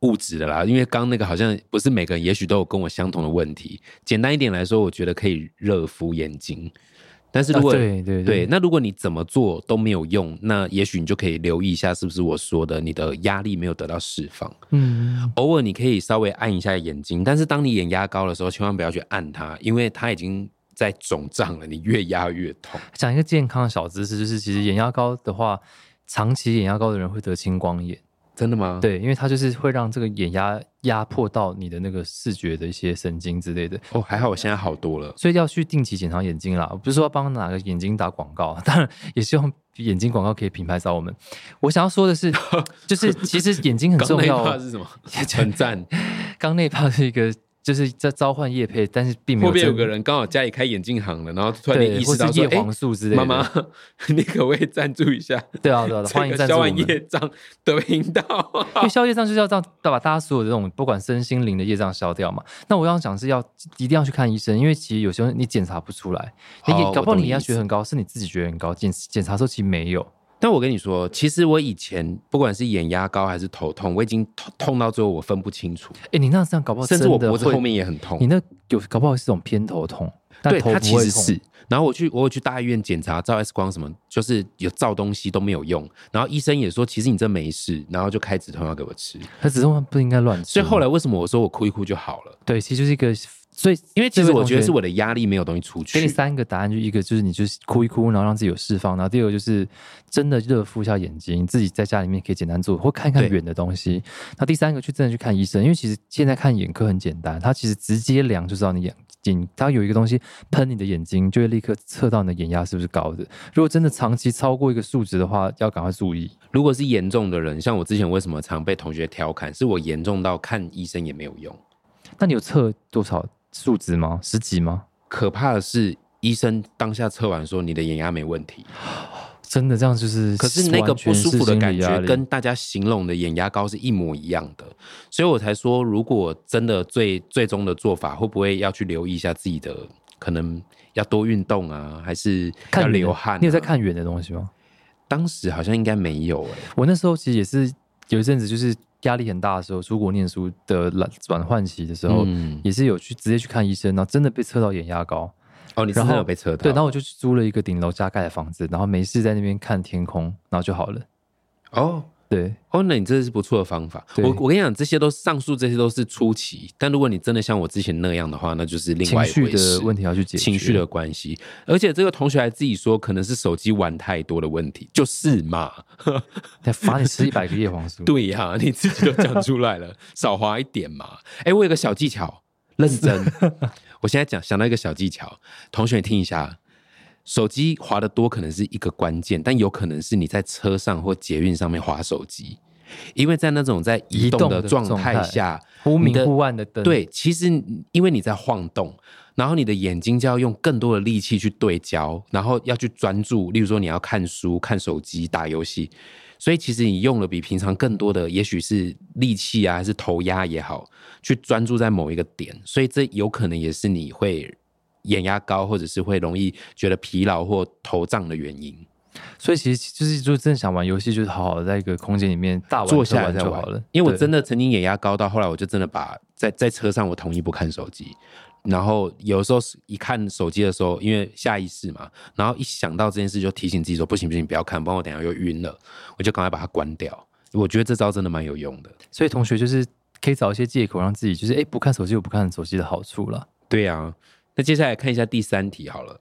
[SPEAKER 1] 物质的啦，因为刚刚那个好像不是每个人，也许都有跟我相同的问题。简单一点来说，我觉得可以热敷眼睛，但是如果、
[SPEAKER 2] 啊对对
[SPEAKER 1] 对，那如果你怎么做都没有用，那也许你就可以留意一下，是不是我说的你的压力没有得到释放。
[SPEAKER 2] 嗯，
[SPEAKER 1] 偶尔你可以稍微按一下眼睛，但是当你眼压高的时候，千万不要去按它，因为它已经在肿胀了，你越压越痛。
[SPEAKER 2] 讲一个健康的小知识，就是其实眼压高的话，长期眼压高的人会得青光眼。
[SPEAKER 1] 真的吗？，
[SPEAKER 2] 对，因为它就是会让这个眼压压迫到你的那个视觉的一些神经之类的，
[SPEAKER 1] 哦，还好我现在好多了。
[SPEAKER 2] 所以要去定期检查眼睛啦。我不是说要帮哪个眼睛打广告， [LAUGHS] 当然也希望眼睛广告可以品牌找我们。我想要说的是， [LAUGHS] 就是其实眼睛很
[SPEAKER 1] 刚
[SPEAKER 2] 重
[SPEAKER 1] 那一
[SPEAKER 2] 要
[SPEAKER 1] 趴 [LAUGHS]
[SPEAKER 2] 哦。
[SPEAKER 1] 是什
[SPEAKER 2] [LAUGHS]
[SPEAKER 1] 么？
[SPEAKER 2] 也就
[SPEAKER 1] 很赞。
[SPEAKER 2] 刚那一趴是一个就是在召唤叶配，但是并没
[SPEAKER 1] 会
[SPEAKER 2] 有
[SPEAKER 1] 不会有
[SPEAKER 2] 真
[SPEAKER 1] 个人刚好家里开眼镜行了，然后突然间
[SPEAKER 2] 对，
[SPEAKER 1] 意
[SPEAKER 2] 或
[SPEAKER 1] 识到
[SPEAKER 2] 是
[SPEAKER 1] 说
[SPEAKER 2] 叶：“黄
[SPEAKER 1] 哎，
[SPEAKER 2] 素之类的。
[SPEAKER 1] 妈妈， [LAUGHS] 你可不可以赞助一下？
[SPEAKER 2] [LAUGHS] 对啊，对啊，对啊欢
[SPEAKER 1] 这
[SPEAKER 2] 迎
[SPEAKER 1] 个
[SPEAKER 2] 赞助
[SPEAKER 1] 消
[SPEAKER 2] 我
[SPEAKER 1] 完
[SPEAKER 2] 们。
[SPEAKER 1] 业障的频
[SPEAKER 2] [LAUGHS]
[SPEAKER 1] 道。
[SPEAKER 2] 因为消业障就是要这样把大家所有的这种不管身心灵的业障消掉嘛。那我要讲是要一定要去看医生，因为其实有时候你检查不出来，你
[SPEAKER 1] 好
[SPEAKER 2] 哎也搞不
[SPEAKER 1] 哦我
[SPEAKER 2] 好
[SPEAKER 1] 懂
[SPEAKER 2] 你
[SPEAKER 1] 你
[SPEAKER 2] 眼压
[SPEAKER 1] 意思
[SPEAKER 2] 觉得很高，是你自己觉得很高，检检查的时候其实没有。”
[SPEAKER 1] 但我跟你说，其实我以前不管是眼压高还是头痛，我已经痛痛到最后我分不清楚，
[SPEAKER 2] 哎、你那这样搞不好
[SPEAKER 1] 甚至我
[SPEAKER 2] 真的
[SPEAKER 1] 脖子后
[SPEAKER 2] 会，
[SPEAKER 1] 面也很痛
[SPEAKER 2] 你。那有搞不好是这种偏头痛，但
[SPEAKER 1] 对，
[SPEAKER 2] 头
[SPEAKER 1] 它
[SPEAKER 2] 不
[SPEAKER 1] 其
[SPEAKER 2] 会
[SPEAKER 1] 实
[SPEAKER 2] 痛。
[SPEAKER 1] 是。然后我去我有去大医院检查，照 X 光什么，就是有照东西都没有用。然后医生也说，其实你这没事，然后就开止痛药给我吃。
[SPEAKER 2] 它止痛不应该乱吃。
[SPEAKER 1] 所以后来为什么我说我哭一哭就好了？
[SPEAKER 2] 对，其实就是一个，所以
[SPEAKER 1] 因为其
[SPEAKER 2] 这
[SPEAKER 1] 实
[SPEAKER 2] 位
[SPEAKER 1] 我
[SPEAKER 2] 同
[SPEAKER 1] 觉得
[SPEAKER 2] 学
[SPEAKER 1] 是我的压力没有东西出去。
[SPEAKER 2] 给你三个答案，就一个就是你就是哭一哭，然后让自己有释放；然后第二个就是真的热敷一下眼睛，自己在家里面可以简单做，或看看
[SPEAKER 1] 对
[SPEAKER 2] 远的东西。那第三个去真的去看医生，因为其实现在看眼科很简单，它其实直接量就知道你眼睛，它有一个东西喷你的眼睛，就会立刻测到你的眼压是不是高的。如果真的长期超过一个数值的话，要赶快注意。
[SPEAKER 1] 如果是严重的人，像我之前为什么常被同学调侃，是我严重到看医生也没有用。
[SPEAKER 2] 那你有测多少数值吗？十几吗？
[SPEAKER 1] 可怕的是，医生当下测完说你的眼压没问题，
[SPEAKER 2] 真的这样就是，
[SPEAKER 1] 可是那个不舒服的感觉跟大家形容的眼压高是一模一样的，所以我才说，如果真的最最终的做法，会不会要去留意一下自己的，可能要多运动啊，还是
[SPEAKER 2] 看
[SPEAKER 1] 要
[SPEAKER 2] 远的
[SPEAKER 1] 流汗、啊
[SPEAKER 2] 你有在？看远的东西吗？
[SPEAKER 1] 当时好像应该没有哎、
[SPEAKER 2] 我那时候其实也是有一阵子，就是压力很大的时候，出国念书的转转换期的时候，
[SPEAKER 1] 嗯，
[SPEAKER 2] 也是有去直接去看医生，然后真的被测到眼压高。
[SPEAKER 1] 哦，你真
[SPEAKER 2] 然
[SPEAKER 1] 的
[SPEAKER 2] 后
[SPEAKER 1] 有被测到？
[SPEAKER 2] 对，然后我就去租了一个顶楼加盖的房子，然后没事在那边看天空，然后就好了。
[SPEAKER 1] 哦，
[SPEAKER 2] 对，
[SPEAKER 1] 哦，那你这是不错的方法。
[SPEAKER 2] 对
[SPEAKER 1] 我我跟你讲，这些都上述这些都是初期，但如果你真的像我之前那样的话，那就是另
[SPEAKER 2] 情
[SPEAKER 1] 外一
[SPEAKER 2] 绪
[SPEAKER 1] 回
[SPEAKER 2] 的
[SPEAKER 1] 事。
[SPEAKER 2] 问题要去解决。
[SPEAKER 1] 情绪的关系，而且这个同学还自己说，可能是手机玩太多的问题，就是嘛。
[SPEAKER 2] 得罚你吃一百个叶黄
[SPEAKER 1] [LAUGHS]
[SPEAKER 2] 素。
[SPEAKER 1] 对呀、你自己都讲出来了，少花一点嘛。哎，我有个小技巧，认 [LAUGHS] 真。我现在讲想到一个小技巧，同学你听一下。手机滑的多可能是一个关键，但有可能是你在车上或捷运上面滑手机，因为在那种在移
[SPEAKER 2] 移
[SPEAKER 1] 动
[SPEAKER 2] 动
[SPEAKER 1] 的
[SPEAKER 2] 的
[SPEAKER 1] 状
[SPEAKER 2] 状
[SPEAKER 1] 态
[SPEAKER 2] 态
[SPEAKER 1] 下，
[SPEAKER 2] 忽
[SPEAKER 1] 你的
[SPEAKER 2] 明忽暗的灯，，
[SPEAKER 1] 对，其实你因为你在晃动，然后你的眼睛就要用更多的力气去对焦，然后要去专注。例如说，你要看书、看手机、打游戏，所以其实你用了比平常更多的，也许是力气啊，还是头压也好，去专注在某一个点。所以这有可能也是你会眼压高，或者是会容易觉得疲劳或头胀的原因。
[SPEAKER 2] 所以其实就是就真的想玩游戏，就是好好的在一个空间里面大玩
[SPEAKER 1] 坐下来
[SPEAKER 2] 特
[SPEAKER 1] 再
[SPEAKER 2] 就
[SPEAKER 1] 玩
[SPEAKER 2] 好了。
[SPEAKER 1] 因为我
[SPEAKER 2] 对
[SPEAKER 1] 真的曾经眼压高到后来，我就真的把在在车上我同意不看手机，然后有时候一看手机的时候，因为下意识嘛，然后一想到这件事就提醒自己说不行不行，不要看，不然我等一下又晕了，我就赶快把它关掉。我觉得这招真的蛮有用的。
[SPEAKER 2] 所以同学就是可以找一些借口让自己就是哎、不看手机有不看手机的好处了。
[SPEAKER 1] 对啊，那接下来看一下第三题好了。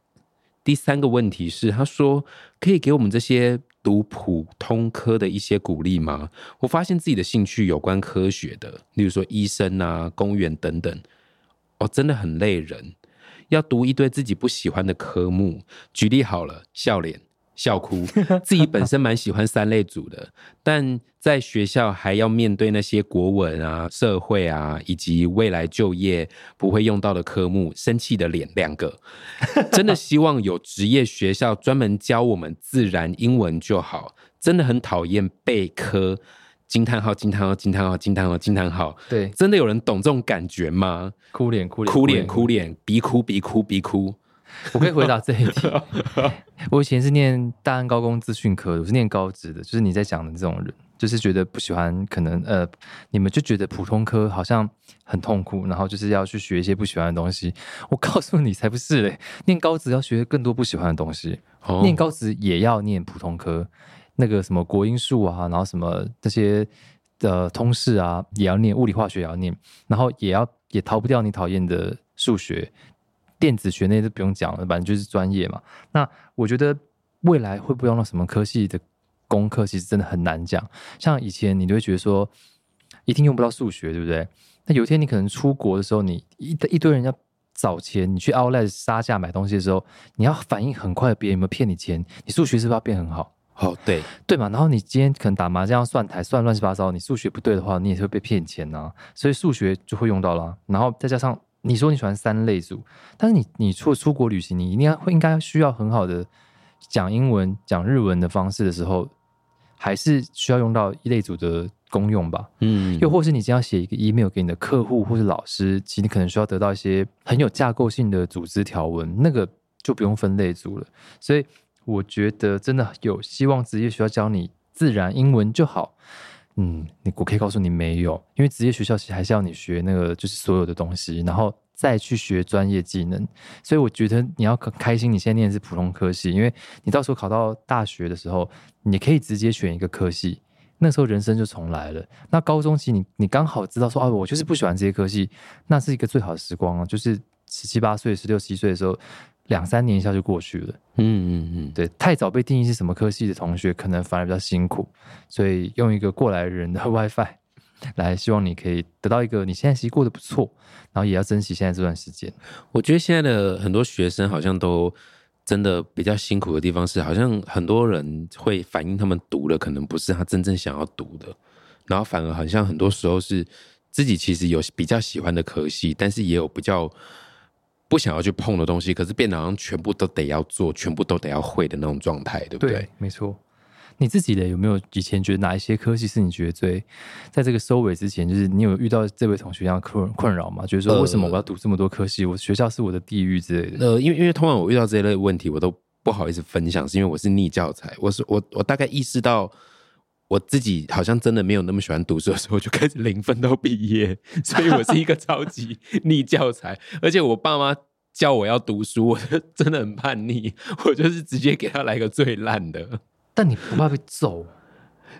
[SPEAKER 1] 第三个问题是，他说可以给我们这些读普通科的一些鼓励吗？我发现自己的兴趣有关科学的，例如说医生啊、公务员等等，哦，真的很累人，要读一堆自己不喜欢的科目。举例好了，笑脸。笑哭，自己本身蛮喜欢三类组的，但在学校还要面对那些国文啊、社会啊，以及未来就业不会用到的科目，生气的脸两 [LAUGHS] 个。真的希望有职业学校专门教我们自然英文就好，真的很讨厌背科。惊叹号！惊叹号！惊叹号！惊叹号！惊叹号！
[SPEAKER 2] 对，
[SPEAKER 1] 真的有人懂这种感觉吗？
[SPEAKER 2] 哭脸哭脸
[SPEAKER 1] 哭脸哭脸，鼻哭鼻哭鼻哭。
[SPEAKER 2] 我可以回答这一
[SPEAKER 1] [LAUGHS]
[SPEAKER 2] 题。我以前是念大安高工资讯科的，我是念高职的，就是你在讲的这种人，就是觉得不喜欢，可能呃，你们就觉得普通科好像很痛苦，然后就是要去学一些不喜欢的东西。我告诉你，才不是嘞！念高职要学更多不喜欢的东西，
[SPEAKER 1] 哦
[SPEAKER 2] 念高职也要念普通科，那个什么国英数啊，然后什么这些呃通识啊，也要念，物理化学也要念，然后也要也逃不掉你讨厌的数学、电子学那些都不用讲了，反正就是专业嘛。那我觉得未来会不会用到什么科系的功课其实真的很难讲。像以前你都会觉得说，一定用不到数学，对不对？那有一天你可能出国的时候，你一一堆人要找钱，你去 Outlet 杀价买东西的时候，你要反应很快，别人有没有骗你钱？你数学是不是要变很好？
[SPEAKER 1] 哦，对，
[SPEAKER 2] 对嘛？然后你今天可能打麻将要算台算乱七八糟，你数学不对的话，你也是会被骗钱呐、所以数学就会用到啦。然后再加上你说你喜欢三类组，但是你你出出国旅行，你应该会应该需要很好的讲英文、讲日文的方式的时候，还是需要用到一类组的功用吧？
[SPEAKER 1] 嗯，
[SPEAKER 2] 又或是你今天要写一个 email 给你的客户或是老师，其实你可能需要得到一些很有架构性的组织条文，那个就不用分类组了。所以我觉得真的有希望职业学校教你自然英文就好。嗯，你我可以告诉你没有，因为职业学校其实还是要你学那个就是所有的东西，然后再去学专业技能。所以我觉得你要开心，你现在念的是普通科系，因为你到时候考到大学的时候，你可以直接选一个科系，那时候人生就重来了。那高中期你你刚好知道说啊，我就是不喜欢这些科系，那是一个最好的时光啊，就是十七八岁、十六七岁的时候，两三年一下就过去了。
[SPEAKER 1] 嗯嗯
[SPEAKER 2] 对，太早被定义是什么科系的同学，可能反而比较辛苦。所以用一个过来人的 [LAUGHS] WiFi 来，希望你可以得到一个你现在其实过得不错，然后也要珍惜现在这段时间。
[SPEAKER 1] 嗯，我觉得现在的很多学生好像都真的比较辛苦的地方是，好像很多人会反映他们读的可能不是他真正想要读的，然后反而好像很多时候是自己其实有比较喜欢的科系，但是也有比较不想要去碰的东西，可是变得好像全部都得要做，全部都得要会的那种状态，对不对？
[SPEAKER 2] 没错。你自己的有没有以前觉得哪一些科系是你觉得最在这个收尾之前，就是你有遇到这位同学一样的困困扰吗？觉得说为什么我要读这么多科系，我学校是我的地狱之类的？
[SPEAKER 1] 呃，因为因为通常我遇到这一类问题，我都不好意思分享，是因为我是逆教材。我是我我大概意识到我自己好像真的没有那么喜欢读书的时候，我就开始零分到毕业，所以我是一个超
[SPEAKER 2] [LAUGHS]
[SPEAKER 1] 级逆教材。而且我爸妈叫我要读书，我就真的很叛逆，我就是直接给他来个最烂的。
[SPEAKER 2] 但你不怕被揍？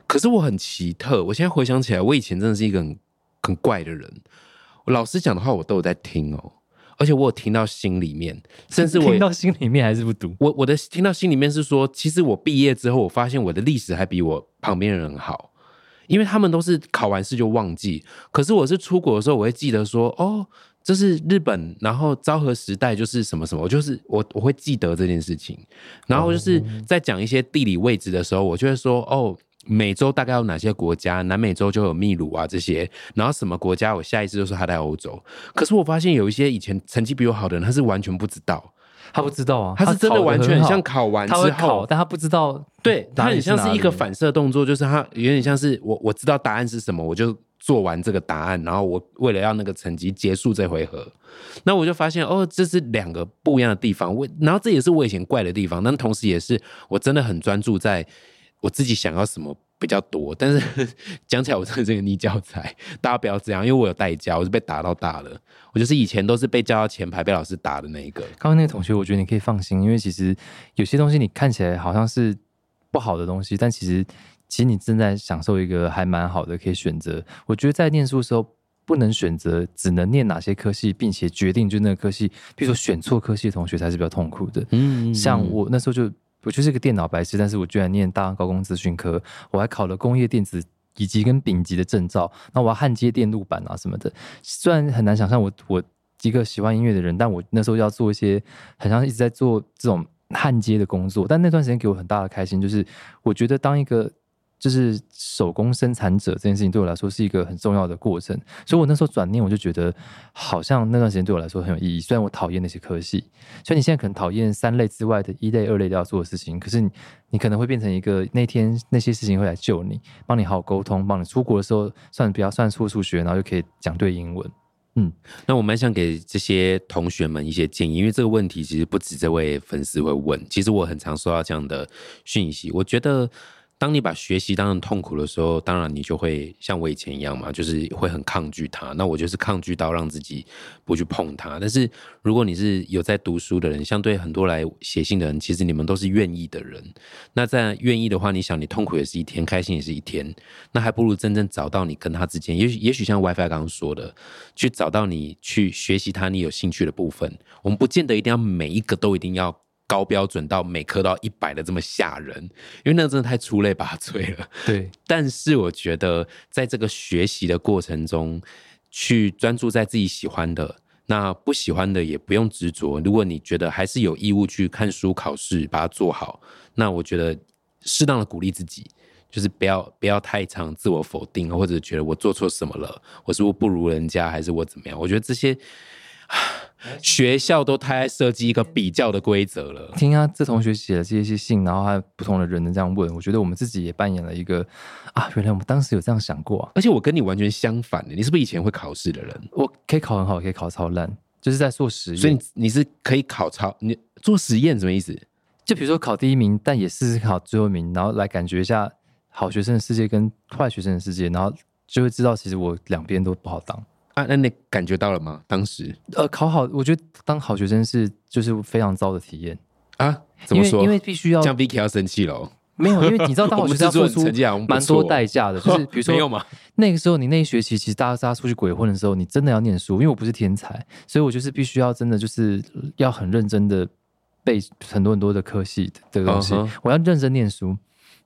[SPEAKER 1] 可是我很奇特，我现在回想起来，我以前真的是一个很很怪的人。我老师讲的话我都有在听哦，而且我有听到心里面，甚至我
[SPEAKER 2] 听到心里面还是不读？
[SPEAKER 1] 我我的听到心里面是说，其实我毕业之后，我发现我的历史还比我旁边人好，因为他们都是考完试就忘记，可是我是出国的时候，我会记得说，哦，这是日本，然后昭和时代就是什么什么，我就是我我会记得这件事情，然后就是在讲一些地理位置的时候，我就会说，哦。美洲大概有哪些国家？南美洲就有秘鲁啊这些，然后什么国家？我下一次就是他在欧洲。可是我发现有一些以前成绩比我好的人，他是完全不知道，
[SPEAKER 2] 他不知道啊，
[SPEAKER 1] 他是真的
[SPEAKER 2] 考得
[SPEAKER 1] 完全
[SPEAKER 2] 很好
[SPEAKER 1] 像考完之
[SPEAKER 2] 他
[SPEAKER 1] 后，
[SPEAKER 2] 会考，但他不知道
[SPEAKER 1] 对他
[SPEAKER 2] 哪
[SPEAKER 1] 很
[SPEAKER 2] 里
[SPEAKER 1] 像
[SPEAKER 2] 哪
[SPEAKER 1] 是
[SPEAKER 2] 里
[SPEAKER 1] 一个反射动作，就是他有点像是我我知道答案是什么，我就做完这个答案，然后我为了要那个成绩结束这回合，那我就发现哦，这是两个不一样的地方。我然后这也是我以前怪的地方，但同时也是我真的很专注在我自己想要什么。比较多，但是 [LAUGHS] 讲起来我真的是个逆教材，大家不要这样，因为我有代教，我是被打到大的，我就是以前都是被叫到前排被老师打的那一个。
[SPEAKER 2] 刚刚那个同学，我觉得你可以放心，因为其实有些东西你看起来好像是不好的东西，但其实其实你正在享受一个还蛮好的可以选择。我觉得在念书的时候不能选择，只能念哪些科系，并且决定就那个科系。比如说选错科系的同学才是比较痛苦的。
[SPEAKER 1] 嗯
[SPEAKER 2] 像我那时候就我就是个电脑白痴，但是我居然念大安高工资讯科，我还考了工业电子以及跟丙级的证照，那我要焊接电路板啊什么的。虽然很难想象我我一个喜欢音乐的人，但我那时候要做一些很像一直在做这种焊接的工作，但那段时间给我很大的开心，就是我觉得当一个就是手工生产者这件事情对我来说是一个很重要的过程，所以我那时候转念我就觉得，好像那段时间对我来说很有意义。虽然我讨厌那些科系，所以你现在可能讨厌三类之外的一类、二类都要做的事情，可是你你可能会变成一个那天那些事情会来救你，帮你好好沟通，帮你出国的时候算比较算错数学，然后就可以讲对英文。
[SPEAKER 1] 那我蛮想给这些同学们一些建议，因为这个问题其实不止这位粉丝会问，其实我很常收到这样的讯息。我觉得，当你把学习当成痛苦的时候，当然你就会像我以前一样嘛，就是会很抗拒它。那我就是抗拒到让自己不去碰它。但是如果你是有在读书的人，相对很多来写信的人，其实你们都是愿意的人。那在愿意的话，你想你痛苦也是一天，开心也是一天，那还不如真正找到你跟他之间，也许也许像 WiFi 刚刚说的，去找到你去学习它你有兴趣的部分。我们不见得一定要每一个都一定要高标准到每科到一百的这么吓人，因为那个真的太出类拔萃了。
[SPEAKER 2] 对，
[SPEAKER 1] 但是我觉得在这个学习的过程中，去专注在自己喜欢的，那不喜欢的也不用执着。如果你觉得还是有义务去看书、考试，把它做好，那我觉得适当的鼓励自己。就是不要不要太常自我否定，或者觉得我做错什么了，我是不是不如人家，还是我怎么样？我觉得这些啊 [SIGHS] 学校都太爱设计一个比较的规则了。
[SPEAKER 2] 听他这同学写的这些信，然后还有不同的人的这样问，我觉得我们自己也扮演了一个啊，原来我们当时有这样想过啊。
[SPEAKER 1] 而且我跟你完全相反的，你是不是以前会考试的人？
[SPEAKER 2] 我可以考很好，也可以考超烂，就是在做实验。
[SPEAKER 1] 所以你你是可以考超，你做实验什么意思？
[SPEAKER 2] 就比如说考第一名，但也试试考最后一名，然后来感觉一下好学生的世界跟坏学生的世界，然后就会知道其实我两边都不好当。
[SPEAKER 1] 啊，那你感觉到了吗？当时
[SPEAKER 2] 呃，考好，我觉得当好学生是就是非常糟的体验，
[SPEAKER 1] 啊，怎么说？
[SPEAKER 2] 因为因为必须要
[SPEAKER 1] 这样 Vicky 要生哦绩喽。
[SPEAKER 2] 没有，因为你
[SPEAKER 1] [LAUGHS]
[SPEAKER 2] 知道当好
[SPEAKER 1] 我
[SPEAKER 2] 学
[SPEAKER 1] 们
[SPEAKER 2] 生
[SPEAKER 1] 制
[SPEAKER 2] 要
[SPEAKER 1] 作
[SPEAKER 2] 付
[SPEAKER 1] 人
[SPEAKER 2] 出
[SPEAKER 1] 成绩好像不
[SPEAKER 2] 蛮多
[SPEAKER 1] 错
[SPEAKER 2] 代价
[SPEAKER 1] [LAUGHS]
[SPEAKER 2] 的， [LAUGHS] 就是比如
[SPEAKER 1] 没有
[SPEAKER 2] 说
[SPEAKER 1] 吗？
[SPEAKER 2] 那个时候你那一学期其实大家大家出去鬼混的时候，你真的要念书，因为我不是天才，所以我就是必须要真的就是呃要很认真的背很多很多的科系的东西
[SPEAKER 1] 嗯哼
[SPEAKER 2] 我要认真念书，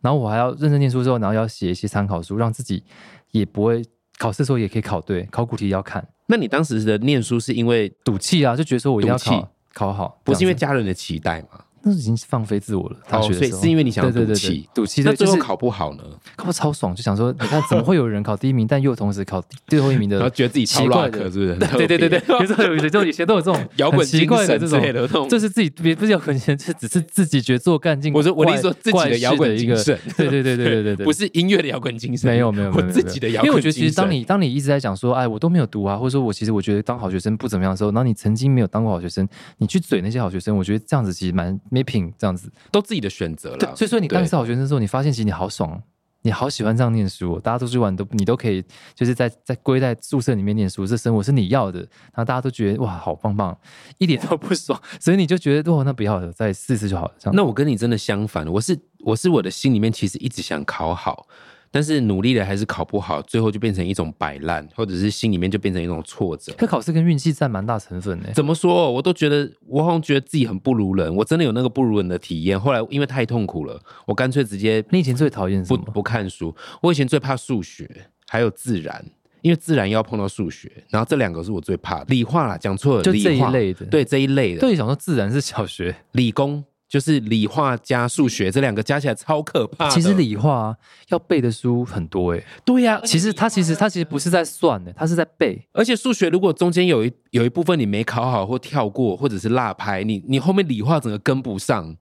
[SPEAKER 2] 然后我还要认真念书之后，然后要写一些参考书，让自己也不会考试的时候也可以考对，考古题也要看，
[SPEAKER 1] 那你当时的念书是因为
[SPEAKER 2] 赌气啊，就觉得说我一定要
[SPEAKER 1] 赌气
[SPEAKER 2] 考考好，
[SPEAKER 1] 不是因为
[SPEAKER 2] 这样
[SPEAKER 1] 家人的期待吗？
[SPEAKER 2] 子那已经是放飞自我了，大
[SPEAKER 1] 哦，
[SPEAKER 2] 学
[SPEAKER 1] 所
[SPEAKER 2] 的
[SPEAKER 1] 以
[SPEAKER 2] 时候。
[SPEAKER 1] 是因为你想要
[SPEAKER 2] 对对
[SPEAKER 1] 赌
[SPEAKER 2] 对
[SPEAKER 1] 气
[SPEAKER 2] 对，，赌气
[SPEAKER 1] 那
[SPEAKER 2] 对，
[SPEAKER 1] 最
[SPEAKER 2] 就
[SPEAKER 1] 后
[SPEAKER 2] 是
[SPEAKER 1] 考不好呢？
[SPEAKER 2] 考超爽，就想说， [LAUGHS] 你看怎么会有人考第一名，但又同时考最后一名的
[SPEAKER 1] 然后觉得自己超
[SPEAKER 2] 奇怪
[SPEAKER 1] rock
[SPEAKER 2] 的
[SPEAKER 1] 是
[SPEAKER 2] [LAUGHS]
[SPEAKER 1] 不是？
[SPEAKER 2] 对对对对，
[SPEAKER 1] [LAUGHS]
[SPEAKER 2] 有时候有时候以前都有这种
[SPEAKER 1] 摇
[SPEAKER 2] 很
[SPEAKER 1] 滚
[SPEAKER 2] 奇
[SPEAKER 1] 精
[SPEAKER 2] 怪
[SPEAKER 1] 神
[SPEAKER 2] 这
[SPEAKER 1] 之类
[SPEAKER 2] 种，
[SPEAKER 1] 的那种。
[SPEAKER 2] 就是自己别不是摇滚精神，这只是自己觉得做干净。
[SPEAKER 1] 我说我的意思说自己
[SPEAKER 2] 怪
[SPEAKER 1] 的摇滚
[SPEAKER 2] 怪事
[SPEAKER 1] 精神
[SPEAKER 2] 的一个，对对对对对对对，
[SPEAKER 1] [LAUGHS] 不是音乐的摇滚精神，
[SPEAKER 2] 没有没有没
[SPEAKER 1] 我
[SPEAKER 2] 有没有
[SPEAKER 1] 自己的摇滚精神。
[SPEAKER 2] 因为我觉得其实当你当你一直在讲说，哎，我都没有读啊，或者说我其实我觉得当好学生不怎么样的时候，然后你曾经没有当过好学生，你去嘴那些好学生，我觉得这样子其实蛮没品，这样子。
[SPEAKER 1] 都自己的选择
[SPEAKER 2] 对，
[SPEAKER 1] 了，
[SPEAKER 2] 所以说你
[SPEAKER 1] 对
[SPEAKER 2] 当时好学生的时候，你发现其实你好爽，你好喜欢这样念书哦、大家都去玩都你都可以，就是在在归在宿舍里面念书，这生活是你要的，然后大家都觉得哇好棒棒，一点都不爽， [LAUGHS] 所以你就觉得哇那不要了，再试试就好了。这样
[SPEAKER 1] 那我跟你真的相反，我是我是我的心里面其实一直想考好，但是努力了还是考不好，最后就变成一种摆烂，或者是心里面就变成一种挫折。
[SPEAKER 2] 可考试跟运气占蛮大成分的、
[SPEAKER 1] 怎么说？我都觉得，我好像觉得自己很不如人，我真的有那个不如人的体验。后来因为太痛苦了，我干脆直接
[SPEAKER 2] 你以前最讨厌
[SPEAKER 1] 不
[SPEAKER 2] 什么？
[SPEAKER 1] 不看书。我以前最怕数学，还有自然，因为自然要碰到数学，然后这两个是我最怕的。理化啦，讲错了，
[SPEAKER 2] 就这
[SPEAKER 1] 理
[SPEAKER 2] 一
[SPEAKER 1] 化
[SPEAKER 2] 类的
[SPEAKER 1] 对这一类的，
[SPEAKER 2] 对，想说自然是小
[SPEAKER 1] [LAUGHS]
[SPEAKER 2] 学，
[SPEAKER 1] 理工就是理化加数学这两个加起来超可怕的。
[SPEAKER 2] 其实理化啊、要背的书很多诶、
[SPEAKER 1] 对呀、
[SPEAKER 2] 其实它其实它其实不是在算欸的，它是在背。
[SPEAKER 1] 而且数学如果中间有一有一部分你没考好或跳过，或者是落拍，你你后面理化整个跟不上，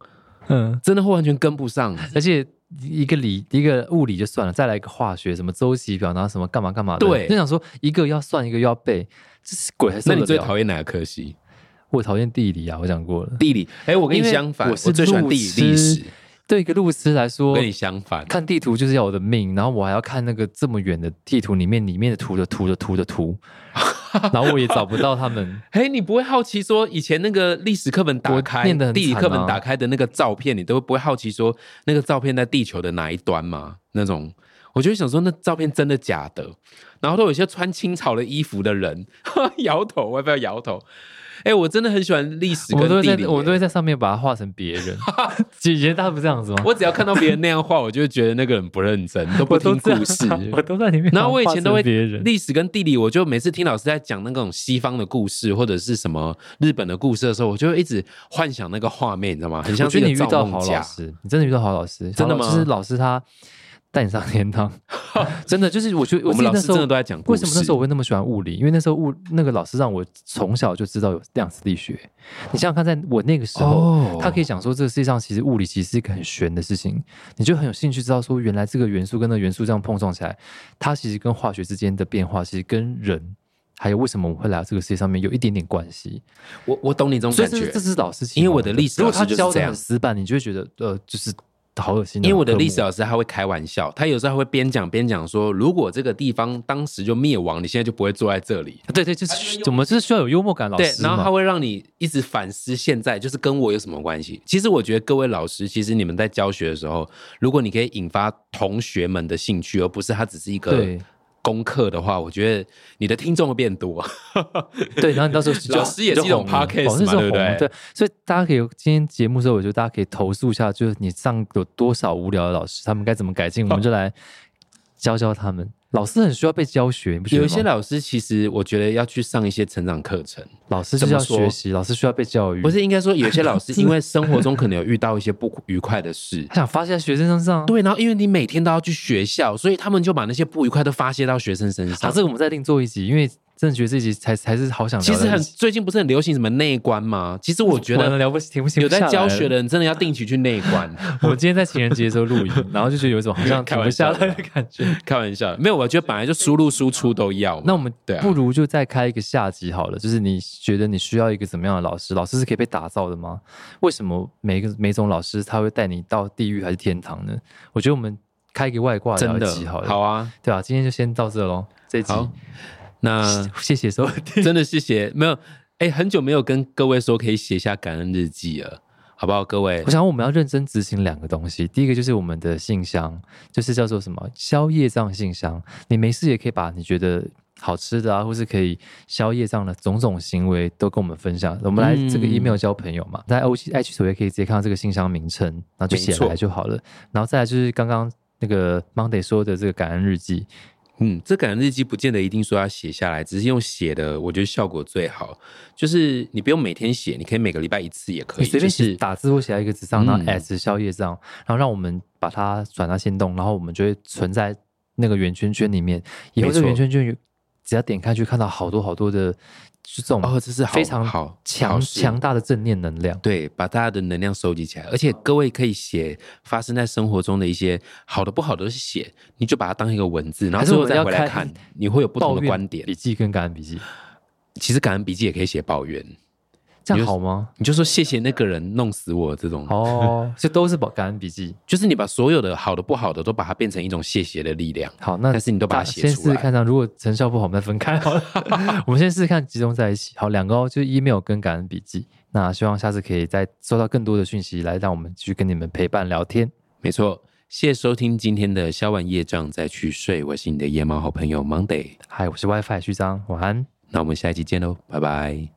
[SPEAKER 2] 嗯，
[SPEAKER 1] 真的会完全跟不 [LAUGHS] 上。
[SPEAKER 2] 而且一个理一个物理就算了，再来一个化学，什么周期表，然后什么干嘛干嘛的，
[SPEAKER 1] 对
[SPEAKER 2] 就想说一个要算，一个又要背，这是鬼还受
[SPEAKER 1] 那
[SPEAKER 2] 得
[SPEAKER 1] 你
[SPEAKER 2] 了？
[SPEAKER 1] 最讨厌哪个科系？
[SPEAKER 2] 我讨厌地理啊，我讲过了。
[SPEAKER 1] 地理。哎、我跟你
[SPEAKER 2] 因为
[SPEAKER 1] 相反，我
[SPEAKER 2] 我是
[SPEAKER 1] 最喜欢
[SPEAKER 2] 路
[SPEAKER 1] 地理
[SPEAKER 2] 痴
[SPEAKER 1] 历史。
[SPEAKER 2] 对一个路痴来
[SPEAKER 1] 我
[SPEAKER 2] 说
[SPEAKER 1] 跟，你相反，
[SPEAKER 2] 看地图就是要我的命，然后我还要看那个这么远的地图里面里面的图的图的图的
[SPEAKER 1] [LAUGHS]
[SPEAKER 2] 图，然后我也找不到他们。
[SPEAKER 1] 哎、你不会好奇说以前那个历史课本打
[SPEAKER 2] 我
[SPEAKER 1] 开，
[SPEAKER 2] 念得很
[SPEAKER 1] 地理
[SPEAKER 2] 惨
[SPEAKER 1] 课本
[SPEAKER 2] 啊
[SPEAKER 1] 打开的那个照片，你都不会好奇说那个照片在地球的哪一端吗？那种，我就会想说那照片真的假的？然后都有一些穿清朝的衣服的人 [LAUGHS] 摇头，我要不要摇头？哎、我真的很喜欢历史
[SPEAKER 2] 我
[SPEAKER 1] 跟
[SPEAKER 2] 们都会
[SPEAKER 1] 地理、
[SPEAKER 2] 在我们都会
[SPEAKER 1] 欸
[SPEAKER 2] 在上面把它画成别
[SPEAKER 1] [LAUGHS]
[SPEAKER 2] 人。以前大家不这样子吗？
[SPEAKER 1] 我只要看到别人那样画，我就会觉得那个人不认真，都不
[SPEAKER 2] [LAUGHS] 我都
[SPEAKER 1] 听
[SPEAKER 2] 这样啊
[SPEAKER 1] 故事。
[SPEAKER 2] [LAUGHS] 我都在里面把它
[SPEAKER 1] [LAUGHS] 然后
[SPEAKER 2] 画成别人。
[SPEAKER 1] 我以前都会历史跟地理，我就每次听老师在讲那种西方的故事或者是什么日本的故事的时候，我就会一直幻想那个画面，你知道吗？很像
[SPEAKER 2] 我觉
[SPEAKER 1] 是
[SPEAKER 2] 得你
[SPEAKER 1] 一
[SPEAKER 2] 遇
[SPEAKER 1] 个造
[SPEAKER 2] 到
[SPEAKER 1] 梦
[SPEAKER 2] 好
[SPEAKER 1] 家
[SPEAKER 2] 老。师，你真的遇到好老师，
[SPEAKER 1] 真的
[SPEAKER 2] 好老
[SPEAKER 1] 吗
[SPEAKER 2] 就是老师他带你上天
[SPEAKER 1] [LAUGHS]
[SPEAKER 2] 堂，真的就是我觉得
[SPEAKER 1] 我
[SPEAKER 2] 我
[SPEAKER 1] 们
[SPEAKER 2] 记得
[SPEAKER 1] 老
[SPEAKER 2] 那
[SPEAKER 1] 师
[SPEAKER 2] 时
[SPEAKER 1] 真
[SPEAKER 2] 候
[SPEAKER 1] 的都在讲故
[SPEAKER 2] 为
[SPEAKER 1] 事。
[SPEAKER 2] 什么那时候我会那么喜欢物理？因为那时候物那个老师让我从小就知道有量子力学。你想想看，在我那个时候。
[SPEAKER 1] 哦，
[SPEAKER 2] 他可
[SPEAKER 1] 以
[SPEAKER 2] 以讲说，这个世界上其实物理其实是一个很玄的事情，你就很有兴趣知道说，原来这个元素跟那个元素这样碰撞起来，它其实跟化学之间的变化，其实跟人还有为什么我们会来到这个世界上面有一点点关系。
[SPEAKER 1] 我我懂你这种
[SPEAKER 2] 所以
[SPEAKER 1] 感
[SPEAKER 2] 这
[SPEAKER 1] 觉
[SPEAKER 2] 这，是老师启蒙，
[SPEAKER 1] 因为我的历史
[SPEAKER 2] 如
[SPEAKER 1] 老师
[SPEAKER 2] 果他
[SPEAKER 1] 就是
[SPEAKER 2] 教
[SPEAKER 1] 这
[SPEAKER 2] 的
[SPEAKER 1] 样
[SPEAKER 2] 很死板，你就会觉得呃，就是好恶心。哦
[SPEAKER 1] 因为我的历史，老啊师他会开玩笑，他有时候还会边讲边讲说，如果这个地方当时就灭亡，你现在就不会坐在这里。
[SPEAKER 2] 对对，就是我们哦是需要有幽默感，老
[SPEAKER 1] 对，
[SPEAKER 2] 师
[SPEAKER 1] 然后他
[SPEAKER 2] 会
[SPEAKER 1] 会让你一直反思现在，就是跟我有什么关系？其实我觉得各位老师，其实你们在教学的时候，如果你可以引发同学们的兴趣，而不是它只是一个
[SPEAKER 2] 对
[SPEAKER 1] 功课的话，我觉得你的听众会变
[SPEAKER 2] [LAUGHS]
[SPEAKER 1] 多。
[SPEAKER 2] 对，然后你到时
[SPEAKER 1] [LAUGHS]
[SPEAKER 2] 候就
[SPEAKER 1] 老师也是一种
[SPEAKER 2] 就红了
[SPEAKER 1] podcast
[SPEAKER 2] 老师是
[SPEAKER 1] 嘛对不
[SPEAKER 2] 红了
[SPEAKER 1] 对
[SPEAKER 2] 对，所以大家可以今天节目之后，我觉得大家可以投诉一下，就是你上有多少无聊的老师，他们该怎么改进，我们就来教教他们。老师很需要被教学，你不觉得
[SPEAKER 1] 有
[SPEAKER 2] 吗？嗯
[SPEAKER 1] 一些老师其实我觉得要去上一些成长课程，
[SPEAKER 2] 老师就是要学习，老师需要被教育，
[SPEAKER 1] 不是应该说有些
[SPEAKER 2] [LAUGHS]
[SPEAKER 1] 老师因为生活中可能有遇到一些不愉快的事
[SPEAKER 2] 他。想发泄在学生身上。啊
[SPEAKER 1] 对，然后因为你每天都要去学校，所以他们就把那些不愉快都发泄到学生身
[SPEAKER 2] 好，
[SPEAKER 1] 上。
[SPEAKER 2] 啊这个我们再另做一集，因为真的觉得这集才才是好想聊
[SPEAKER 1] 其
[SPEAKER 2] 的
[SPEAKER 1] 实很
[SPEAKER 2] 一集
[SPEAKER 1] 最近不是很流行什么内观吗？其实我觉
[SPEAKER 2] 完了
[SPEAKER 1] 得
[SPEAKER 2] 聊不停不停
[SPEAKER 1] 有
[SPEAKER 2] 不下
[SPEAKER 1] 在
[SPEAKER 2] 来了
[SPEAKER 1] 教学的人真的要定期去内
[SPEAKER 2] [LAUGHS]
[SPEAKER 1] 观。
[SPEAKER 2] 我们今天在情人节的时候录
[SPEAKER 1] [LAUGHS]
[SPEAKER 2] 影，然后就觉得有一种好像停不下来的感觉。
[SPEAKER 1] 开玩笑，没有，我觉得本来就输入输出都要嘛。
[SPEAKER 2] 那我们
[SPEAKER 1] 对啊
[SPEAKER 2] 不如就再开一个下集好了。就是你觉得你需要一个怎么样的老师？老师是可以被打造的吗？为什么每一个每种老师他会带你到地狱还是天堂呢？我觉得我们开一个外挂聊
[SPEAKER 1] 真
[SPEAKER 2] 一
[SPEAKER 1] 的
[SPEAKER 2] 集好了。
[SPEAKER 1] 好啊，
[SPEAKER 2] 对啊，今天就先到这喽。这一集
[SPEAKER 1] 好，嗯那
[SPEAKER 2] 谢谢收听。 [LAUGHS]
[SPEAKER 1] 真的谢谢，没有，哎、很久没有跟各位说可以写下感恩日记了，好不好？各位
[SPEAKER 2] 我，想我们要认真执行两个东西，第一个就是我们的信箱，就是叫做什么宵夜账信箱。你没事也可以把你觉得好吃的啊，或是可以宵夜账的种种行为都跟我们分享。我们来这个
[SPEAKER 1] 嗯
[SPEAKER 2] email 交朋友嘛，在 O 七 H 首页可以直接看到这个信箱名称，然后就写
[SPEAKER 1] 没错
[SPEAKER 2] 来就好了。然后再来就是刚刚那个 Monday 说的这个感恩日记，
[SPEAKER 1] 嗯，这感恩日记不见得一定说要写下来，只是用写的，我觉得效果最好。就是你不用每天写，你可以每个礼拜一次也可
[SPEAKER 2] 你
[SPEAKER 1] 以，
[SPEAKER 2] 随便
[SPEAKER 1] 就
[SPEAKER 2] 写
[SPEAKER 1] 是
[SPEAKER 2] 打字或写在一个纸上，然后
[SPEAKER 1] 嗯
[SPEAKER 2] at 宵夜账，然后让我们把它转到行动，然后我们就会存在那个圆圈圈里面。以后
[SPEAKER 1] 没
[SPEAKER 2] 这
[SPEAKER 1] 错
[SPEAKER 2] 个圆圈圈有只要点开去，看到好多好多的就这种
[SPEAKER 1] 哦，这是好
[SPEAKER 2] 非常
[SPEAKER 1] 好
[SPEAKER 2] 强
[SPEAKER 1] 好事
[SPEAKER 2] 强大的正念能量。
[SPEAKER 1] 对，把大家的能量收集起来，而且各位可以写发生在生活中的一些好的、不好的都是写，你就把它当一个文字，然后
[SPEAKER 2] 还是
[SPEAKER 1] 之
[SPEAKER 2] 我
[SPEAKER 1] 后
[SPEAKER 2] 们
[SPEAKER 1] 再
[SPEAKER 2] 要
[SPEAKER 1] 回来
[SPEAKER 2] 开
[SPEAKER 1] 看，你会有不同
[SPEAKER 2] 抱
[SPEAKER 1] 的
[SPEAKER 2] 怨
[SPEAKER 1] 观点
[SPEAKER 2] 笔。记跟感恩笔记，
[SPEAKER 1] 其实感恩笔记也可以写抱怨，
[SPEAKER 2] 这样
[SPEAKER 1] 你就嗯
[SPEAKER 2] 好吗？
[SPEAKER 1] 你就说谢谢那个人弄死我这种，
[SPEAKER 2] 哦， [LAUGHS] 这都是保感恩笔记。
[SPEAKER 1] 就是你把所有的好的、不好的都把它变成一种谢谢的力量。
[SPEAKER 2] 好，那
[SPEAKER 1] 但是你都把它
[SPEAKER 2] 大
[SPEAKER 1] 写
[SPEAKER 2] 先
[SPEAKER 1] 出
[SPEAKER 2] 试试
[SPEAKER 1] 来
[SPEAKER 2] 看上，如果成效不好，我们再分开
[SPEAKER 1] [LAUGHS]
[SPEAKER 2] 好了。我们先试试看，集中在一起。好，两个哦，就是 email 跟感恩笔记。那希望下次可以再收到更多的讯息，来让我们继续跟你们陪伴聊天。
[SPEAKER 1] 没错，谢谢收听今天的消完业障再去睡，我是你的夜猫好朋友 Monday，
[SPEAKER 2] 嗨，我是 WiFi 旭章，晚安。
[SPEAKER 1] 那我们下一集见喽，拜拜。